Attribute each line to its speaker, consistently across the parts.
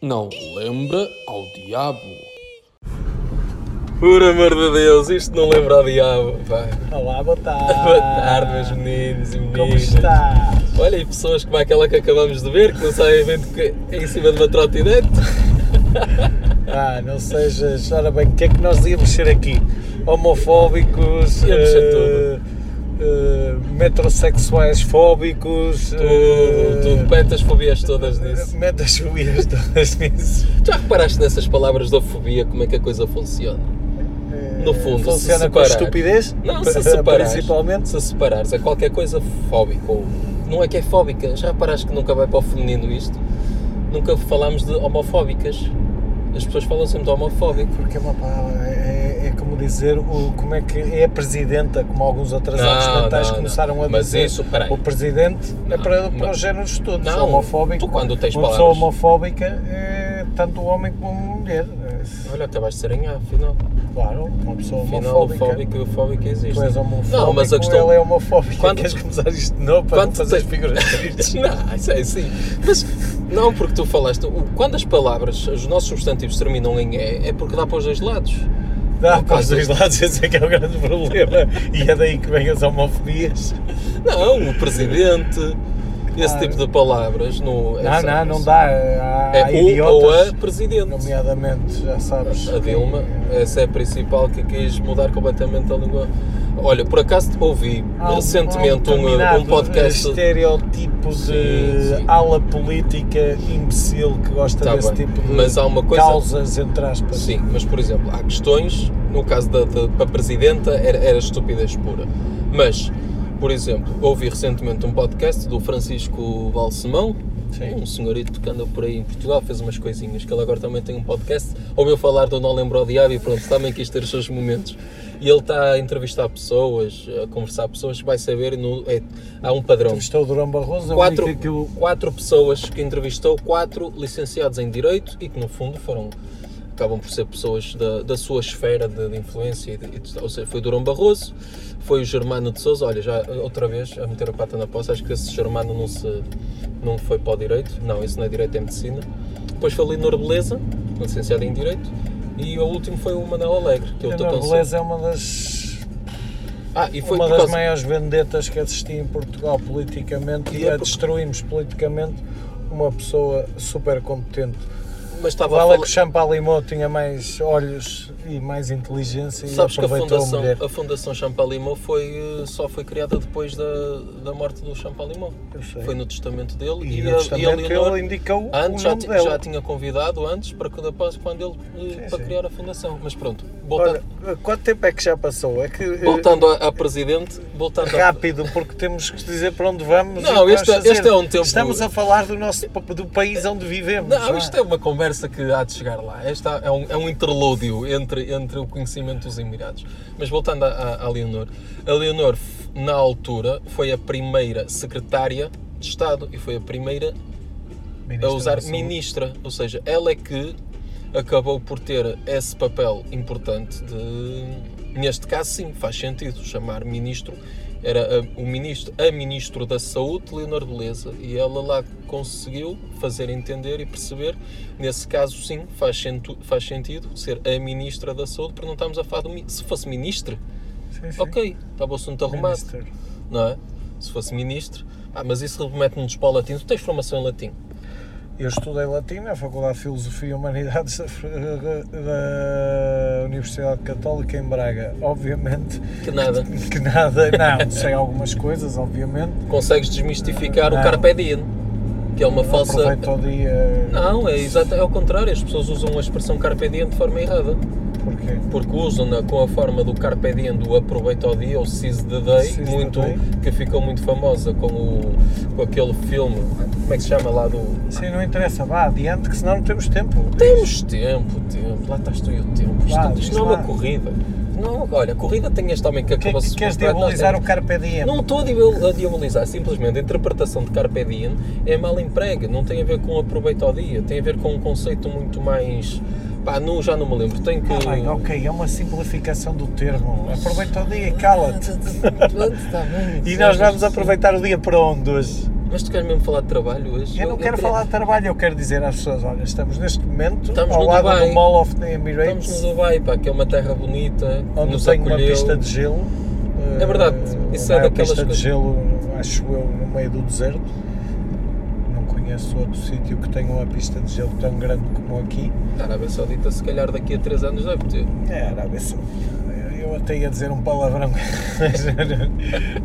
Speaker 1: Não lembra ao diabo.
Speaker 2: Por amor de Deus, isto não lembra a diabo. pá.
Speaker 3: Olá, boa tarde.
Speaker 2: Boa tarde, meus meninos e meninas.
Speaker 3: Ah. Como estás?
Speaker 2: Olha, e pessoas como aquela que acabamos de ver, que não sabem bem do que é em cima de uma trotinete.
Speaker 3: Ah, não sejas. Ora bem, o que é que nós íamos ser aqui? Homofóbicos,
Speaker 2: Íamos ser
Speaker 3: eh, eh, metrosexuais fóbicos,
Speaker 2: Tudo, tudo, põe as fobias todas nisso.
Speaker 3: metas fobias todas nisso.
Speaker 2: Já reparaste nessas palavras da fobia como é que a coisa funciona? No fundo, se
Speaker 3: Eh, funciona com a
Speaker 2: separares-
Speaker 3: estupidez?
Speaker 2: Não, se
Speaker 3: Pri-
Speaker 2: separares,
Speaker 3: Principalmente.
Speaker 2: se separares a qualquer coisa fóbica ou não é que é fóbica, já reparaste que nunca vai para o feminino isto? Nunca falámos de homofóbicas. As pessoas falam sempre de homofóbico.
Speaker 3: Porque é uma palavra, é, é- é como dizer o, como é que é a presidenta, como alguns atrasados
Speaker 2: Não,
Speaker 3: mentais
Speaker 2: não,
Speaker 3: começram
Speaker 2: não.
Speaker 3: a
Speaker 2: Mas
Speaker 3: dizer.
Speaker 2: isso, peraí.
Speaker 3: O presidente é para, para
Speaker 2: mas-
Speaker 3: os géneros de todos.
Speaker 2: Não,
Speaker 3: homofóbico.
Speaker 2: tu quando tens
Speaker 3: uma pessoa
Speaker 2: palavras-
Speaker 3: homofóbica é tanto o homem como a mulher. É,
Speaker 2: Olha, acabaste de aranhar, afinal.
Speaker 3: Claro, uma pessoa
Speaker 2: Afinal, o
Speaker 3: homofóbica.
Speaker 2: fóbico e o fóbico existem.
Speaker 3: Tu és homofóbico,
Speaker 2: é Não, mas a questão.
Speaker 3: ela é homofóbica.
Speaker 2: Quando-
Speaker 3: Queres começar isto de novo para não
Speaker 2: Quando
Speaker 3: fazer as
Speaker 2: tem-
Speaker 3: figuras tristes?
Speaker 2: Não, isso é assim. Mas não porque tu falaste. o- Quando as palavras, os nossos substantivos terminam em E, é porque dá para os dois lados.
Speaker 3: Dá
Speaker 2: Por
Speaker 3: para os
Speaker 2: causa-
Speaker 3: dois lados, esse é que é o grande problema. e é daí que vêm as homofobias.
Speaker 2: Não, o presidente, esse
Speaker 3: Ah.
Speaker 2: tipo de palavras. No,
Speaker 3: Não, não, não dá. Há,
Speaker 2: É
Speaker 3: há
Speaker 2: o ou
Speaker 3: idiotas.
Speaker 2: a presidente.
Speaker 3: Nomeadamente, já sabes.
Speaker 2: A Dilma, essa é a principal que quis mudar completamente a língua. Olha, por acaso ouvi
Speaker 3: Há um-
Speaker 2: recentemente
Speaker 3: há
Speaker 2: um, um
Speaker 3: determinado
Speaker 2: podcast.
Speaker 3: estereotipo de
Speaker 2: Sim, sim.
Speaker 3: ala política imbecil que gosta
Speaker 2: Tá
Speaker 3: desse
Speaker 2: bem,
Speaker 3: tipo de
Speaker 2: mas há uma coisa-
Speaker 3: causas, entre aspas.
Speaker 2: Sim, mas por exemplo, há questões, no caso da, da- para a Presidenta era, era estupidez pura. Mas, por exemplo, ouvi recentemente um podcast do Francisco Valsemão,
Speaker 3: Sim.
Speaker 2: um senhorito que anda por aí em Portugal, fez umas coisinhas, que ele agora também tem um podcast, ouviu falar do Não Lembro ao Diabo e pronto, também quis ter os seus momentos. E ele está a entrevistar pessoas, a conversar pessoas, vai saber, no, é- há um padrão
Speaker 3: Estou Durão Barroso, a
Speaker 2: quatro,
Speaker 3: única que eu.
Speaker 2: quatro pessoas que entrevistou, quatro licenciados em Direito e que no fundo foram acabam por ser pessoas da, da sua esfera de, de influência, e de- e de- ou seja, foi o Durão Barroso, foi o Germano de Souza, olha, já outra vez a meter a pata na poça, acho que esse Germano não se não foi para o Direito, não, esse não é Direito, é Medicina. Depois foi o Leonor Beleza, licenciado em Direito, e o último foi o Manuel Alegre, que eu estou
Speaker 3: A
Speaker 2: cansado.
Speaker 3: beleza é uma das.
Speaker 2: Ah, e foi
Speaker 3: uma
Speaker 2: por
Speaker 3: das
Speaker 2: causa-
Speaker 3: maiores vendetas que assisti em Portugal politicamente
Speaker 2: E
Speaker 3: e,
Speaker 2: é
Speaker 3: a
Speaker 2: porque-
Speaker 3: destruímos politicamente uma pessoa super competente.
Speaker 2: mas estava a
Speaker 3: Vale
Speaker 2: falar...
Speaker 3: que Champalimau tinha mais olhos e mais inteligência e
Speaker 2: Sabes que a
Speaker 3: aproveitou a,
Speaker 2: fundação,
Speaker 3: mulher.
Speaker 2: a fundação Champalimau foi, eh, só foi criada depois da, da morte do Champalimau.
Speaker 3: Eu sei.
Speaker 2: Foi no testamento dele
Speaker 3: E,
Speaker 2: e,
Speaker 3: no
Speaker 2: a, e a
Speaker 3: testamento
Speaker 2: Leonor
Speaker 3: ele indicou
Speaker 2: antes
Speaker 3: o
Speaker 2: já,
Speaker 3: nome
Speaker 2: ti-
Speaker 3: dela.
Speaker 2: já tinha convidado antes para que depois quando ele eh,
Speaker 3: Sim,
Speaker 2: para
Speaker 3: sim.
Speaker 2: criar a fundação. Mas pronto,
Speaker 3: Olha,
Speaker 2: voltando,
Speaker 3: quanto tempo é que já passou? É que eh,
Speaker 2: voltando à, à presidente, voltando à-
Speaker 3: rápido, porque temos que dizer para onde vamos.
Speaker 2: Não,
Speaker 3: e o que
Speaker 2: este
Speaker 3: vamos
Speaker 2: é-
Speaker 3: fazer.
Speaker 2: este é um tempo-
Speaker 3: Estamos a falar do nosso pa- do país onde vivemos.
Speaker 2: Não,
Speaker 3: é?
Speaker 2: isto é uma conversa que há de chegar lá. Esta é um, é um interlúdio entre, entre o conhecimento dos Emirados. Mas voltando à- à, à Leonor. A Leonor, f- na altura, foi a primeira secretária de Estado e foi a primeira
Speaker 3: Ministra
Speaker 2: a é usar
Speaker 3: da Saúde.
Speaker 2: ministra. Ou seja, ela é que acabou por ter esse papel importante de. Neste caso, sim, faz sentido chamar ministro. Era a, o ministro, a ministro da Saúde, Leonor Beleza, e ela lá conseguiu fazer entender e perceber. Nesse caso, sim, faz, sentu- faz sentido ser a ministra da Saúde, porque não estamos a falar do. mi- Se fosse ministro,
Speaker 3: Sim, sim.
Speaker 2: ok, estava o assunto arrumado
Speaker 3: Minister.
Speaker 2: não é? Se fosse ministro. Ah, mas isso remete-nos para o latim. Tu tens formação em latim?
Speaker 3: Eu estudei latim na Faculdade de Filosofia e Humanidades da, Fr- da Universidade Católica em Braga. Obviamente
Speaker 2: Que nada.
Speaker 3: que nada, não, sei algumas coisas, obviamente.
Speaker 2: Consegues desmistificar o
Speaker 3: Não.
Speaker 2: carpe diem, que é uma falsa...
Speaker 3: Aproveito o dia.
Speaker 2: Não, é exato, é ao contrário. As pessoas usam a expressão carpe diem de forma errada.
Speaker 3: Porquê?
Speaker 2: Porque usam-na com a forma do carpe diem, do aproveita o dia, ou seize the day,
Speaker 3: Seize the
Speaker 2: muito,
Speaker 3: day.
Speaker 2: que ficou muito famosa com, o, com aquele filme, como é que se chama lá do...
Speaker 3: Sim, não interessa, vá adiante que senão não temos tempo.
Speaker 2: Temos tempo, tempo, lá estás tu e o tempo. Isto,
Speaker 3: Vá,
Speaker 2: isto
Speaker 3: diz
Speaker 2: não é
Speaker 3: lá.
Speaker 2: uma corrida. Não, olha, corrida tem este homem que
Speaker 3: O que é
Speaker 2: acabou
Speaker 3: que queres diabolizar o Carpe Diem?
Speaker 2: Não estou a diabol- a diabolizar, simplesmente a interpretação de Carpe Diem é mal emprega, não tem a ver com aproveita ao dia, tem a ver com um conceito muito mais. pá, não, já não me lembro, tem que.
Speaker 3: Ah, bem, ok, é uma simplificação do termo. Aproveita o dia e cala-te. E nós vamos aproveitar o dia para onde hoje?
Speaker 2: Mas tu queres mesmo falar de trabalho hoje?
Speaker 3: Eu não quero
Speaker 2: queria-
Speaker 3: falar de trabalho, eu quero dizer às pessoas, olha, estamos neste momento
Speaker 2: Estamos
Speaker 3: ao
Speaker 2: no
Speaker 3: lado
Speaker 2: Dubai.
Speaker 3: do Mall of the
Speaker 2: Estamos
Speaker 3: Emirates,
Speaker 2: no Dubai, pá, que é uma terra bonita, que
Speaker 3: onde
Speaker 2: nos
Speaker 3: tem uma
Speaker 2: acolheu.
Speaker 3: pista de gelo.
Speaker 2: É verdade,
Speaker 3: eh,
Speaker 2: isso é
Speaker 3: a maior
Speaker 2: daquelas
Speaker 3: pista de
Speaker 2: coisas-
Speaker 3: gelo, acho eu, no meio do deserto. Não conheço outro sítio que tenha uma pista de gelo tão grande como aqui.
Speaker 2: A Arábia Saudita, se calhar daqui a 3 anos deve ter.
Speaker 3: É, Arábia Saudita. Eu até ia dizer um palavrão, mas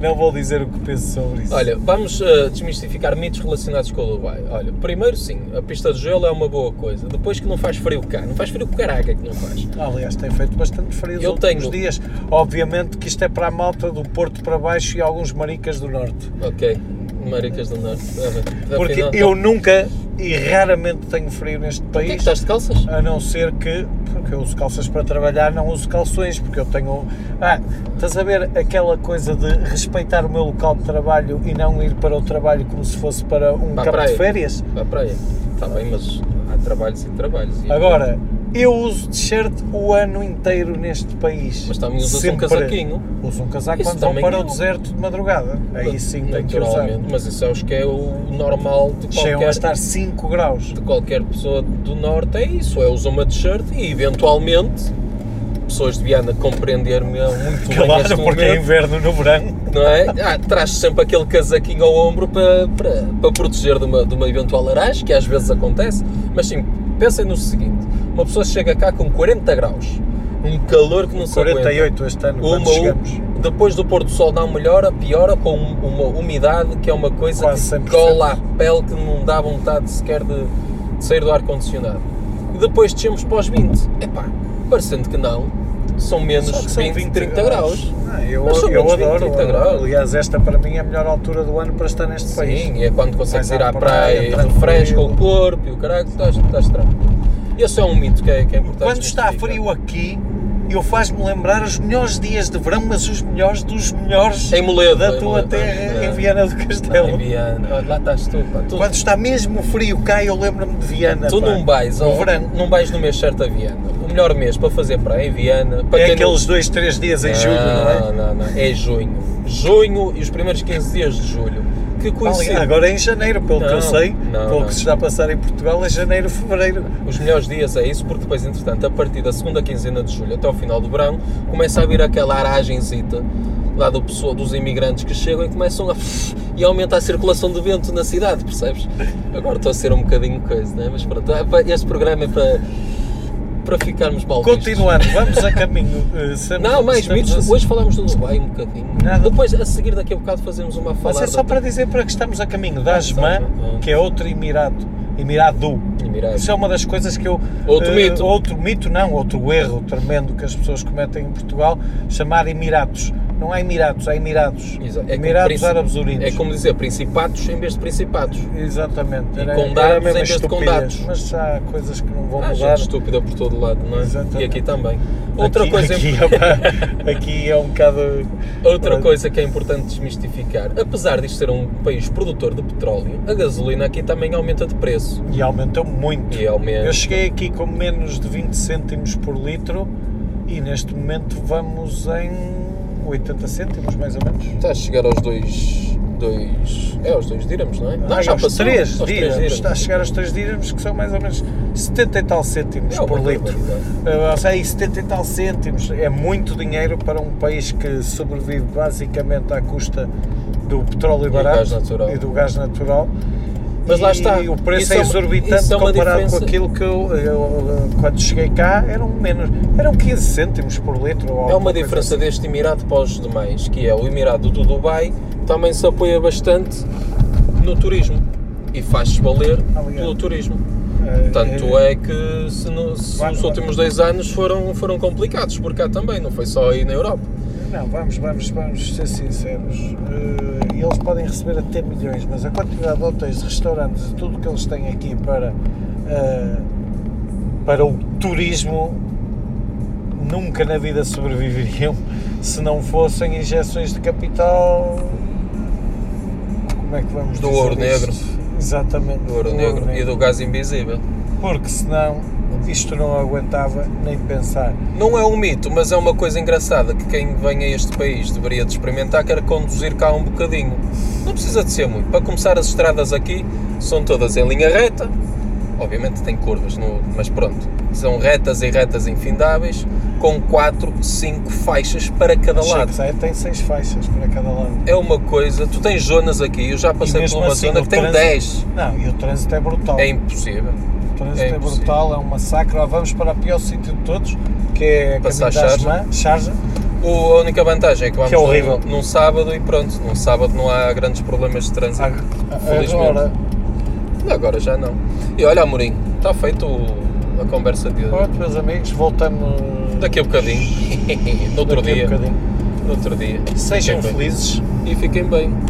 Speaker 3: não vou dizer o que penso sobre isso.
Speaker 2: Olha, vamos eh, desmistificar mitos relacionados com o Dubai. Olha, primeiro sim, a pista de gelo é uma boa coisa. Depois que não faz frio cá, não faz frio caraca que não faz.
Speaker 3: Aliás, tem feito bastante frio
Speaker 2: Eu
Speaker 3: nos últimos
Speaker 2: tenho.
Speaker 3: dias. Obviamente que isto é para a malta do Porto para baixo e alguns maricas do Norte.
Speaker 2: Ok, Maricas do Norte. Ah,
Speaker 3: Porque
Speaker 2: afinal,
Speaker 3: eu nunca e raramente tenho frio neste
Speaker 2: Porquê é que
Speaker 3: país.
Speaker 2: estás de calças?
Speaker 3: A não ser que, porque eu uso calças para trabalhar, não uso calções, porque eu tenho. Ah, estás a ver aquela coisa de respeitar o meu local de trabalho e não ir para o trabalho como se fosse para um
Speaker 2: Para a
Speaker 3: campo
Speaker 2: praia.
Speaker 3: de férias?
Speaker 2: Ah, Para a praia. Está bem, mas há trabalhos e trabalhos. E-
Speaker 3: Agora, eu uso t-shirt o ano inteiro neste país.
Speaker 2: Mas também usas um casaquinho.
Speaker 3: Uso um casaco
Speaker 2: Isso
Speaker 3: quando vou
Speaker 2: também
Speaker 3: para
Speaker 2: é
Speaker 3: o
Speaker 2: um-
Speaker 3: deserto de madrugada. Aí sim tenho que usar.
Speaker 2: Naturalmente, mas isso é acho que é o normal de
Speaker 3: Chegam a
Speaker 2: qualquer,
Speaker 3: um estar 5 graus.
Speaker 2: de qualquer pessoa do Norte. É isso, é usar uma t-shirt e eventualmente pessoas de Viana compreender-me muito bem neste
Speaker 3: Claro, porque é
Speaker 2: momento.
Speaker 3: inverno no verão.
Speaker 2: não é? Ah, traz sempre aquele casaquinho ao ombro para, para, para proteger de uma, de uma eventual aragem, que às vezes acontece, mas sim, pensem no seguinte, uma pessoa chega cá com 40 graus, um calor que não se
Speaker 3: 48 este ano,
Speaker 2: aguenta,
Speaker 3: quando chegamos.
Speaker 2: uma, depois do pôr do sol não melhora, piora com um, uma umidade que é uma coisa
Speaker 3: Quase
Speaker 2: que
Speaker 3: 100%.
Speaker 2: cola à pele que não dá vontade sequer de, de sair do ar-condicionado. E depois descemos para os 20, epá, parecendo que não, são menos
Speaker 3: Só que são
Speaker 2: 20, 30 graus.
Speaker 3: Ah, eu
Speaker 2: Mas são
Speaker 3: eu
Speaker 2: menos 20,
Speaker 3: adoro.
Speaker 2: 30 graus.
Speaker 3: Aliás, esta para mim é a melhor altura do ano para estar neste país.
Speaker 2: Sim, é quando consegues
Speaker 3: Vais
Speaker 2: ir
Speaker 3: à
Speaker 2: à praia,
Speaker 3: praia,
Speaker 2: refresca o
Speaker 3: tranquilo.
Speaker 2: corpo e o caralho, estás, estás tranquilo. Esse é um mito que é, que é importante.
Speaker 3: Quando está
Speaker 2: desmistificar.
Speaker 3: frio aqui, eu faz-me lembrar os melhores dias de verão, mas os melhores dos melhores
Speaker 2: Em Moledo,
Speaker 3: da
Speaker 2: em
Speaker 3: tua
Speaker 2: Moledo,
Speaker 3: terra,
Speaker 2: é.
Speaker 3: em Viana do
Speaker 2: Ah, em
Speaker 3: Castelo.
Speaker 2: Viana, olha, lá estás tu, pá. Tu,
Speaker 3: um- Quando está mesmo frio cá, eu lembro-me de Viana.
Speaker 2: tu
Speaker 3: pá. Um
Speaker 2: não vais,
Speaker 3: No
Speaker 2: ao,
Speaker 3: verão.
Speaker 2: não vais no mês certo a Viana. O melhor mês para fazer praia é em Viana. Para
Speaker 3: É
Speaker 2: quem não-
Speaker 3: aqueles dois, três dias em julho, não é?
Speaker 2: Não, não, não. É junho. Junho e os primeiros 15 dias de julho. Que
Speaker 3: Ali-
Speaker 2: coincide.
Speaker 3: Agora é em janeiro, pelo que
Speaker 2: Não,
Speaker 3: eu sei,
Speaker 2: não,
Speaker 3: pelo
Speaker 2: não.
Speaker 3: que se está a passar em Portugal, é janeiro, fevereiro.
Speaker 2: Os melhores dias é isso, porque depois, entretanto, a partir da segunda quinzena de julho até ao final do verão, começa a vir aquela aragenzita lá do pessoal, dos imigrantes que chegam e começam a. e aumenta a circulação de vento na cidade, percebes? Agora estou a ser um bocadinho coisa, não é? Mas pronto, é para- este programa é para, para ficarmos mal vistos.
Speaker 3: Continuando, vamos a caminho. eh, estamos-
Speaker 2: Não, mais
Speaker 3: estamos
Speaker 2: mitos.
Speaker 3: a-
Speaker 2: Hoje falámos do Dubai um bocadinho.
Speaker 3: Nada.
Speaker 2: Depois, a seguir, daqui a bocado, fazemos uma
Speaker 3: Mas
Speaker 2: falada.
Speaker 3: é só para dizer para que estamos a caminho
Speaker 2: Ah,
Speaker 3: da Asmã,
Speaker 2: Exatamente.
Speaker 3: que é outro Emirado. Emirado.
Speaker 2: Emirados.
Speaker 3: Isso é uma das coisas que eu.
Speaker 2: Outro
Speaker 3: eh,
Speaker 2: mito.
Speaker 3: Outro mito, não, outro erro tremendo que as pessoas cometem em Portugal, chamar Emiratos. Não há Emiratos, há Emirados.
Speaker 2: Exato. É como
Speaker 3: Emirados
Speaker 2: princi-
Speaker 3: Árabes Unidos.
Speaker 2: É como dizer principados em vez de principados.
Speaker 3: Exatamente.
Speaker 2: E condados
Speaker 3: mesmo
Speaker 2: em vez de
Speaker 3: estupidez,
Speaker 2: condados.
Speaker 3: Mas há coisas que não vão
Speaker 2: Há
Speaker 3: mudar.
Speaker 2: gente estúpida por todo lado, não é?
Speaker 3: Exatamente.
Speaker 2: E aqui também. Outra,
Speaker 3: aqui,
Speaker 2: coisa,
Speaker 3: Aqui, é, aqui é um bocado.
Speaker 2: outra
Speaker 3: Pronto.
Speaker 2: coisa que é importante desmistificar, apesar disto ser um país produtor de petróleo, a gasolina aqui também aumenta de preço.
Speaker 3: E aumentou muito.
Speaker 2: E é aumenta.
Speaker 3: Eu cheguei aqui com menos de 20 cêntimos por litro e neste momento vamos em 80 cêntimos, mais ou menos.
Speaker 2: Está a chegar aos dois. dois é, aos dois dirhams, não é?
Speaker 3: Ai,
Speaker 2: não, já
Speaker 3: Ah, aos
Speaker 2: passou.
Speaker 3: 3
Speaker 2: aos três
Speaker 3: dirhams. Está a chegar aos 3 dirhams, que são mais ou menos 70 e tal cêntimos
Speaker 2: É uma
Speaker 3: por litro.
Speaker 2: barbaridade.
Speaker 3: Ah, Ou seja, aí 70 e tal cêntimos é muito dinheiro para um país que sobrevive basicamente à custa do petróleo
Speaker 2: do
Speaker 3: barato
Speaker 2: gás natural.
Speaker 3: e do gás natural.
Speaker 2: Mas lá
Speaker 3: E
Speaker 2: está,
Speaker 3: o preço
Speaker 2: isso
Speaker 3: é
Speaker 2: é uma-
Speaker 3: exorbitante
Speaker 2: isso é uma
Speaker 3: comparado
Speaker 2: diferença.
Speaker 3: com aquilo que eu, eu, quando cheguei cá eram menos, eram 15 cêntimos por litro. ou
Speaker 2: É
Speaker 3: alguma
Speaker 2: uma
Speaker 3: coisa assim.
Speaker 2: diferença deste Emirado para os demais, que é o Emirado do Dubai, também se apoia bastante no turismo e faz-se valer
Speaker 3: Aliás.
Speaker 2: pelo turismo.
Speaker 3: assim. Eh,
Speaker 2: Tanto é que se, no- se
Speaker 3: Vai-
Speaker 2: os
Speaker 3: vai-
Speaker 2: últimos dois anos foram, foram complicados por cá também, não foi só aí na Europa.
Speaker 3: Não, vamos, vamos, vamos ser sinceros. Eh, eles podem receber até milhões, mas a quantidade de hotéis, restaurantes e tudo que eles têm aqui para, eh, para o turismo nunca na vida sobreviveriam se não fossem injeções de capital. Como é que vamos
Speaker 2: Do
Speaker 3: dizer
Speaker 2: ouro
Speaker 3: isto? Exatamente.
Speaker 2: Do ouro negro e do gás invisível.
Speaker 3: Porque senão isto não aguentava nem pensar.
Speaker 2: Não é um mito, mas é uma coisa engraçada que quem vem a este país deveria de experimentar, que era conduzir cá um bocadinho. Não precisa de ser muito. Para começar, as estradas aqui são todas em linha reta. Obviamente tem curvas, no- mas pronto. São retas e retas infindáveis, com 4, 5 faixas para cada lado.
Speaker 3: Chega, tem seis faixas para cada lado.
Speaker 2: É uma coisa... Tu tens zonas aqui, eu já passei por
Speaker 3: mesmo
Speaker 2: uma
Speaker 3: assim,
Speaker 2: zona
Speaker 3: o
Speaker 2: que tem
Speaker 3: trânsito-
Speaker 2: 10.
Speaker 3: Não, e o trânsito é brutal.
Speaker 2: É impossível.
Speaker 3: o trânsito
Speaker 2: é
Speaker 3: é,
Speaker 2: impossível.
Speaker 3: brutal, é um massacre. Ó, vamos para o pior sítio de todos, que é
Speaker 2: Passar
Speaker 3: Caminho da
Speaker 2: Charja.
Speaker 3: Asmã, Charja.
Speaker 2: O- a única vantagem é que vamos
Speaker 3: Que é horrível.
Speaker 2: num, num sábado e pronto, num sábado não há grandes problemas de trânsito. Felizmente.
Speaker 3: Ah, Agora,
Speaker 2: Agora já não. E olha, Amorim, está feito o- a conversa de
Speaker 3: pronto, meus amigos, voltamos
Speaker 2: daqui a bocadinho. no outro
Speaker 3: daqui a
Speaker 2: dia. é
Speaker 3: bocadinho. um
Speaker 2: No outro dia.
Speaker 3: Sejam
Speaker 2: Fiquem bem.
Speaker 3: felizes.
Speaker 2: E fiquem bem.